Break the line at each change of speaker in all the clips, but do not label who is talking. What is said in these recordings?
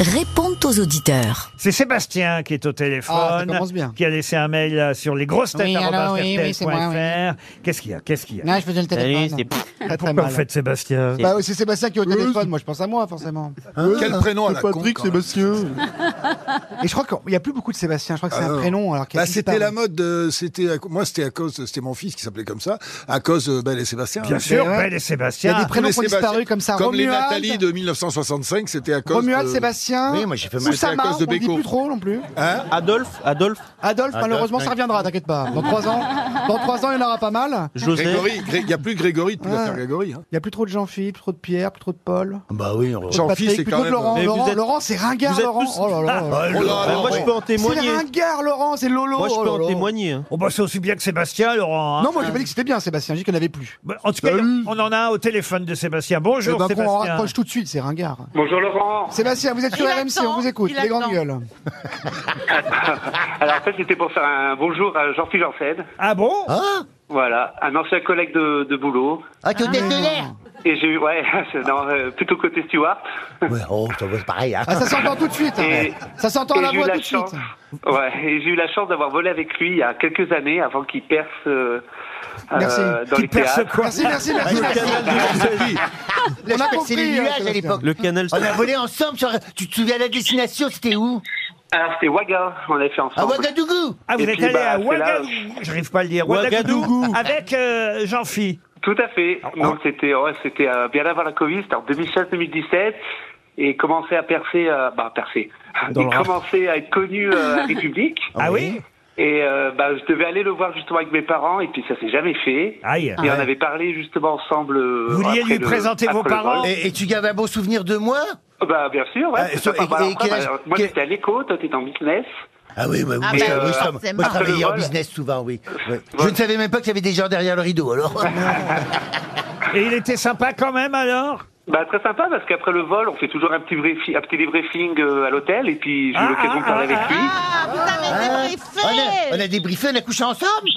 répondent aux auditeurs.
C'est Sébastien qui est au
Ah, ça
téléphone,
commence bien.
qui a laissé un mail euh, sur les grosses têtes.
Oui, alors, oui, oui, c'est moi,
Qu'est-ce qu'il y a Qu'est-ce qu'il y a
Non, je faisais le téléphone. Très, très
Pourquoi
mal.
vous faites Sébastien
Bah, c'est Sébastien qui est au téléphone, moi je pense à moi forcément.
Quel
Hein,
prénom à la con, quand même.
Et je crois qu'il n'y a plus beaucoup de Sébastien, je crois que c'est un
Alors,
prénom alors qu'il
bah, c'était la mode de- c'était à- moi c'était à cause c'était mon fils qui s'appelait comme ça à cause de Belle et Sébastien
Bien
Hein.
sûr,
ouais.
Belle et
Il y a
Sébastien.
des prénoms
les
qui ont
Sébastien-
disparu comme ça.
comme les
Romuald,
Nathalie de 1965 c'était à cause
Romuald,
de...
Sébastien.
Oui, moi, j'ai fait mal.
Oussama,
C'est à cause de
on dit
Beko.
plus trop non plus.
Hein
Adolphe, Adolphe,
Adolphe, malheureusement,
ouais.
ça reviendra, t'inquiète pas. Dans trois ans, dans trois ans, il y en aura pas mal.
José.
Grégory Gré- il y a plus Grégory depuis
Ah.
l'affaire Grégory hein.
Il n'y a plus trop de Jean-Philippe, plus trop de Pierre, plus trop de Paul.
Bah oui, on-
Jean- Jean-Philippe,
Patrick,
c'est
plus
quand
trop de
même- hein.
Laurent.
Mais vous
Laurent,
êtes-
Laurent, c'est ringard,
vous êtes
Laurent.
tous-
Oh là
Ah,
là.
Oh là
Bah,
là,
moi je
ouais.
peux en témoigner.
C'est ringard, Laurent, c'est Lolo.
Moi je
oh
peux
là
en
là.
témoigner. hein.
On bosse aussi bien que Sébastien, Laurent. hein.
Non, moi j'ai pas dit que c'était bien, Sébastien, j'ai dit qu'il n'y en avait plus.
Bah, En tout cas,
Salut.
on en a un au téléphone de Sébastien.
Eh
Bonjour
ben, qu'on en
Sébastien.
rapproche tout de suite, c'est ringard.
Bonjour Laurent.
Sébastien, vous êtes sur
Il
RMC,
attend,
on vous écoute,
il
les grandes
attend.
gueules.
Alors en fait c'était pour faire un bonjour à Jean-Philippe Janssen.
Ah bon
Ah,
Voilà, un ancien collègue de, de boulot.
ah côté de l'air.
Et j'ai eu, ouais, c'est- non, euh, plutôt côté Stewart.
Ouais, oh, ça va c'est pareil. hein.
Ah, ça s'entend tout de suite. hein.
Et-
Ça s'entend à
et
la
j'ai eu
voix
la
tout de
chance.
suite.
Ouais, et j'ai eu la chance d'avoir volé avec lui il y a quelques années avant qu'il perce euh,
Merci.
euh, dans
Qui
les
perce
théâtres.
quoi
Merci, merci, merci.
Le canal de Suez.
On a
C'est les
compris. euh,
nuages à
Sébastien.
l'époque.
Le canal.
On a volé ensemble sur. Tu te souviens de la destination C'était où
Alors Ah, c'était Waga, on l'a fait
À
ensemble.
Ouagadougou.
Ah, vous êtes
Et puis,
allé
bah,
à
c'est là,
Ouagadougou. J'arrive pas à le dire.
Ouagadougou.
Ouagadougou. Avec euh, Jean-Phi.
Tout à fait. Donc c'était ouais, c'était euh, bien avant la Covid, c'était en 2016-2017 et commençait à percer, euh, bah percer. Il commençait à être connu euh, à République.
Ah oui
Et euh, bah, je devais aller le voir justement avec mes parents et puis ça s'est jamais fait.
Aïe.
Et on avait parlé justement ensemble. euh,
Vous vouliez
après
lui
le-
présenter
après
vos
le
parents
vol.
Et, et tu gardes un bon souvenir de moi
Bah bien sûr. Ouais,
Ah,
c'est
et-
sympa.
et-
Bah,
et
après,
quel âge-
bah, moi
quel-
j'étais à l'écho, toi t'étais en business.
Ah oui, moi,
Ah
oui,
bah,
je-
euh,
oui, je-
forcément.
moi, je travaillais en
Après le vol.
business souvent, oui.
Euh,
Ouais. Je
Voilà.
ne savais même pas qu'il y avait des gens derrière le rideau, alors.
Et il était sympa quand même alors
Bah très sympa parce qu'après le vol, on fait toujours un petit briefing, un petit débriefing euh, à l'hôtel et puis j'ai eu
Ah,
l'occasion de
ah,
parler
ah,
avec lui.
Ah, vous
Hein on,
avez
a, on
débriefé
a débriefé, on a couché ensemble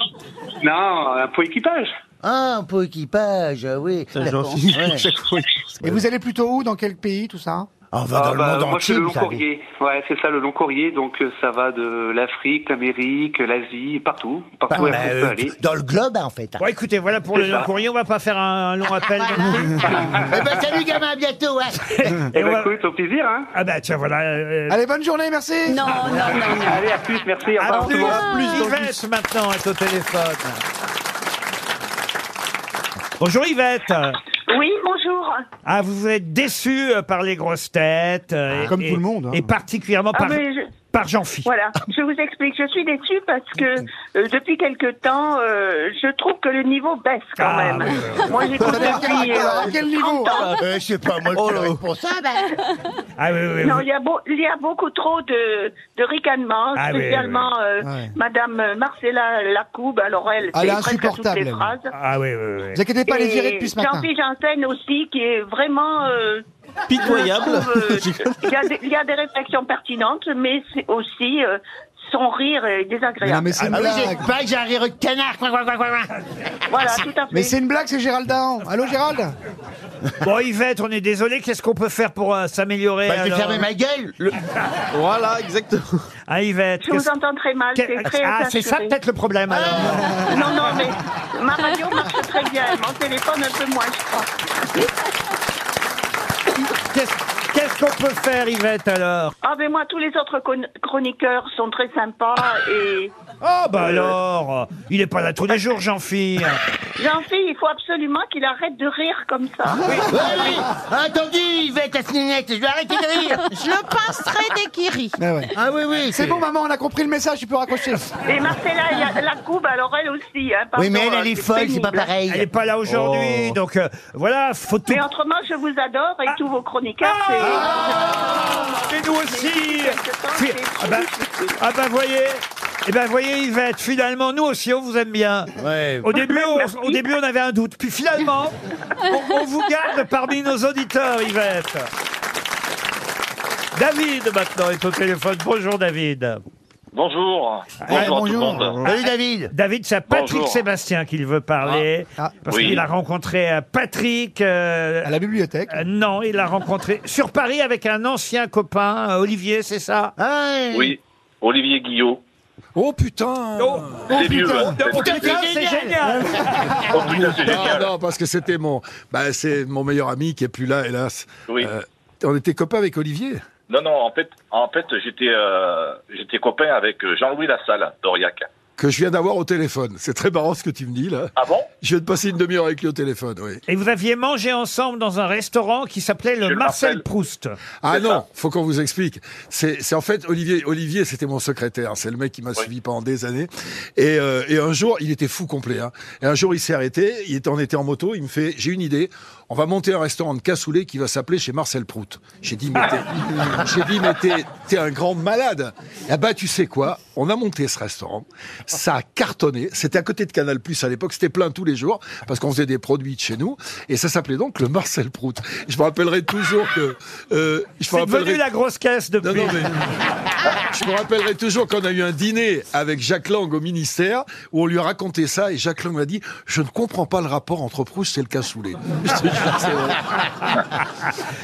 Non, un peu équipage.
Ah, un peu équipage, ah oui. Ouais.
Et vous allez plutôt où Dans quel pays, tout ça
On va dans
Ah, bah,
le monde
moi, je suis
entier,
le long
vous savez.
courrier. Ouais, c'est ça, le long courrier. Donc, euh, ça va de l'Afrique, l'Amérique, l'Asie, partout.
Bah,
Partout, où
bah,
on
euh,
peut aller.
dans le globe, hein, en fait.
Bon écoutez, voilà pour le
C'est
long
ça.
courrier, on va pas faire un, un long
Ah,
appel. non plus.
Eh ben, salut, gamin, à bientôt. hein.
Eh
Et on
ben,
va-
écoute, au plaisir, hein.
Ah bah tiens voilà. euh,
Allez, bonne journée, merci.
Non, non, non, non.
Allez, à plus, merci. Au revoir,
À
tout le
plus,
monde.
Yvette maintenant est au téléphone. Bonjour Yvette.
Oui, bonjour.
Ah, vous êtes déçu euh, par les grosses têtes. euh, et-
Comme
et-
tout le monde, hein.
Et particulièrement
Ah,
par,
mais je-
par Jean-Phi.
Voilà, je vous explique. Je suis déçue parce que euh, depuis quelque temps, euh, je trouve que le niveau baisse quand
Ah,
même.
oui,
Moi, j'écoute
Ça veut dire qu'à-
depuis.
alors, à
euh,
quel niveau
Euh, je sais pas, moi, je suis le responsable. hein.
Ah oui, oui,
Oh. non,
oui.
il y, a beau- il y a beaucoup trop de, de ricanements,
Ah, oui,
spécialement euh, ben,
Ouais.
Madame Marcella Lacoube. Alors, elle,
Elle est
c'est presque à toutes
insupportable,
les
elle.
phrases.
Ah oui, oui, oui.
Vous inquiétez pas, elle est
Et
virée depuis ce matin.
Jean-Philippe Janssen aussi, qui est vraiment... euh,
Pitoyable.
je trouve, euh, Il y, a des- il y a des réflexions pertinentes, mais c'est aussi euh, son rire
Mais
est
non,
désagréable.
mais c'est une
Ah oui, j'ai
blague.
pas que j'ai un rire de canard. quoi, quoi, quoi, quoi, quoi.
Voilà, tout à fait.
Mais c'est une blague, c'est Gérald Dahan. Allô, Gérald
Bon, Yvette, on est désolé. Qu'est-ce qu'on peut faire pour euh, s'améliorer
Bah, je vais
alors
fermer ma gueule.
Voilà, exactement.
Ah, Yvette.
Je vous
qu'est-ce-
entends très mal,
qu'est-
c'est très
Ah, c'est ça
saturé.
peut-être le problème alors.
Non, non, mais ma radio marche très bien, et mon téléphone un peu moins, je crois.
Qu'est-ce qu'est-ce qu'on peut faire, Yvette, alors
Ah, mais moi, tous les autres con- chroniqueurs sont très sympas, et
Oh,
Euh.
bah alors Il n'est pas là tous les jours, Jean-Phi.
Jean-Philippe, il faut absolument qu'il arrête de rire comme ça.
Oui, oui. Entendu, Yvette, à Sninette, je vais arrêter de rire.
Je passerai des kiris.
Ah ouais.
Ah oui, oui.
C'est bon, maman, on a compris le message, tu peux raccrocher.
Et Marcella la- Lacoube, alors elle aussi. Hein,
Oui, mais
pardon,
elle, elle
hein,
est folle, c'est
pénible,
pas
hein.
pareil.
Elle n'est pas là aujourd'hui,
Oh.
donc euh, voilà, faut tout.
Mais autrement, je vous adore et tous vos chroniqueurs,
Ah,
c'est...
Et nous aussi
Quelque temps,
Fi-
c'est
ah, bah,
difficile.
ah bah voyez eh ben voyez Yvette, finalement nous aussi on vous aime bien.
Ouais.
Au début,
Merci.
on, au début on avait un doute, puis finalement on, on vous garde parmi nos auditeurs Yvette. David maintenant est au téléphone. Bonjour David.
Bonjour.
Ouais,
Bonjour à tout le
bonjour.
monde.
Salut David.
David, c'est à Patrick
Bonjour.
Sébastien qu'il veut parler.
Ah.
parce
Oui.
qu'il a rencontré euh, Patrick. euh,
À la bibliothèque.
euh, non, il l'a rencontré sur Paris avec un ancien copain, euh, Olivier, c'est ça
Ah,
Oui, Olivier Guillot.
Oh putain
Oh,
C'est mieux, hein.
putain,
putain,
c'est
c'est génial
Oh, putain, c'est
Non,
génial.
non, parce que c'était mon, bah, c'est mon meilleur ami qui est plus là, hélas.
Oui.
Euh, on était copains avec Olivier.
Non, non, en fait, en fait j'étais euh, j'étais copain avec euh, Jean-Louis Lassalle d'Auriac.
Que je viens d'avoir au téléphone. C'est très marrant ce que tu me dis là.
Ah bon
Je viens de passer une demi-heure avec lui au téléphone, oui.
Et vous aviez mangé ensemble dans un restaurant qui s'appelait le
Je le
Marcel
rappelle.
Proust.
Ah
C'est
non,
ça.
faut qu'on vous explique. C'est c'est en fait Olivier. Olivier, c'était mon secrétaire. C'est le mec qui m'a suivi pendant des années. Et, euh, et un jour, il était fou complet. hein. Et un jour, il s'est arrêté. Il était, on était en moto. Il me fait, j'ai une idée. On va monter un restaurant de cassoulet qui va s'appeler chez Marcel Prout. J'ai dit, mais t'es- j'ai dit, mais t'es- t'es un grand malade. Ah bah, tu sais quoi On a monté ce restaurant. Ça a cartonné. C'était à côté de Canal Plus à l'époque. C'était plein tous les jours parce qu'on faisait des produits de chez nous. Et ça s'appelait donc le Marcel Prout. Je me rappellerai toujours que euh, je me
C'est devenu
rappellerai.
la grosse caisse depuis.
Non, non, mais- Je me rappellerai toujours qu'on a eu un dîner avec Jacques Lang au ministère où on lui a raconté ça et Jacques Lang m'a dit Je ne comprends pas le rapport entre Proust et le cassoulet. Je te jure, c'est vrai.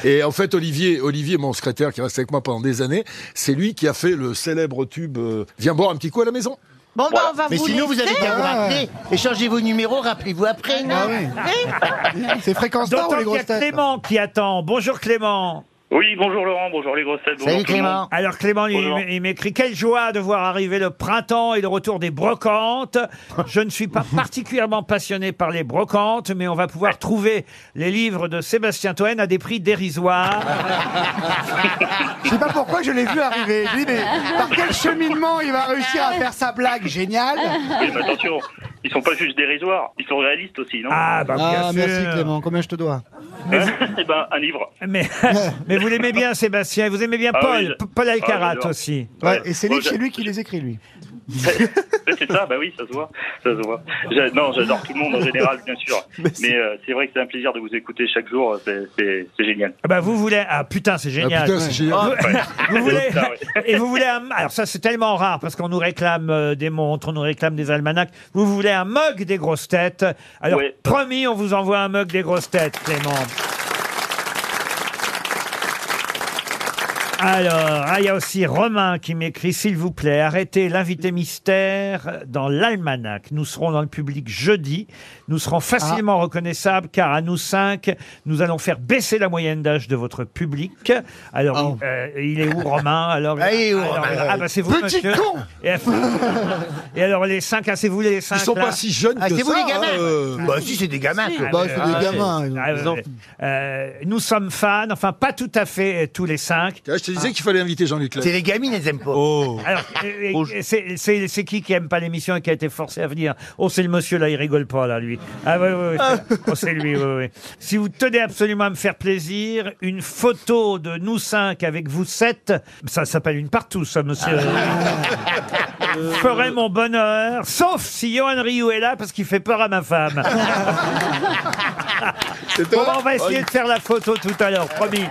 et en fait, Olivier, Olivier, mon secrétaire qui reste avec moi pendant des années, c'est lui qui a fait le célèbre tube euh, Viens boire un petit coup à la maison.
Bon, bah, on va
Mais
vous
sinon, vous
laisser.
avez qu'à vous rappeler. Échangez vos numéros, rappelez-vous après. non
Ah oui. C'est fréquence Nord ou
D'autant
les
qu'il y a
grosses têtes
Clément qui attend. Bonjour Clément.
Oui, bonjour Laurent, bonjour les grosses têtes.
Salut Clément.
Alors Clément, lui, il
Bonjour.
m- il m'écrit Quelle joie de voir arriver le printemps et le retour des brocantes. Je ne suis pas particulièrement passionné par les brocantes, mais on va pouvoir trouver les livres de Sébastien Toen à des prix dérisoires.
Je sais pas pourquoi je l'ai vu arriver. Je dis, mais par quel cheminement il va réussir à faire sa blague géniale
Oui, mais attention, ils sont pas juste dérisoires, ils sont réalistes aussi, non Hein
Ah, bah, bien sûr.
Combien je te dois
Eh ben, un livre.
Mais, mais vous l'aimez bien, Sébastien. et Vous aimez bien
Ah
Paul,
oui, je-
P- Paul Alcarat
Ah, j'adore.
aussi.
Ouais,
Ouais.
et c'est
Bon,
lui,
j'a-
c'est lui qui les écrit, lui.
Ouais, c'est ça, bah oui, ça se voit, ça se voit. J'a- Non, j'adore tout le monde en général, bien sûr. Mais, euh, c'est vrai que c'est un plaisir de vous écouter chaque jour, c'est- c'est c'est génial.
Ah bah, vous voulez. Ah putain, c'est génial.
Ah, putain, c'est génial.
Vous- vous voulez
Ah, ouais.
et vous voulez un alors ça c'est tellement rare parce qu'on nous réclame euh, des montres, on nous réclame des almanachs. Vous voulez un mug des grosses têtes Alors
Ouais.
promis, on vous envoie un mug des grosses têtes, Clément. Alors, ah, il y a aussi Romain qui m'écrit, s'il vous plaît, arrêtez l'invité mystère dans l'almanach. Nous serons dans le public jeudi. Nous serons facilement reconnaissables car à nous cinq, nous allons faire baisser la moyenne d'âge de votre public. Alors, il, euh, il est où Romain Alors,
Ah, il est où,
alors,
Romain
ah, bah, c'est vous,
Petit
monsieur.
con
Et, et alors, les cinq, ah, c'est vous les cinq
Ils sont
là
pas si jeunes
Ah,
que
c'est
ça.
vous les gamins
hein, euh,
Bah si, c'est des gamins. quoi.
Bah, c'est des
Ah,
gamins,
c'est-
ils ont-
ah,
ils ont-
euh, euh, nous sommes fans, enfin pas tout à fait euh, tous les cinq.
tu vois, Ah, Je te disais qu'il fallait inviter Jean-Luc
C'est
Lahaye.
les gamines, elles aiment pas.
Alors, euh, euh, c'est c'est- c'est qui qui aime pas l'émission et qui a été forcé à venir Oh, c'est le monsieur là, il rigole pas là, lui. Ah oui, oui, oui. Oh, c'est lui, oui, oui. Si vous tenez absolument à me faire plaisir, une photo de nous cinq avec vous sept, ça s'appelle une partout, ça, monsieur. Ferait mon bonheur, sauf si Johan Ryu est là parce qu'il fait peur à ma femme.
C'est
Bon,
toi
bah, on va essayer de faire la photo tout à l'heure, promis.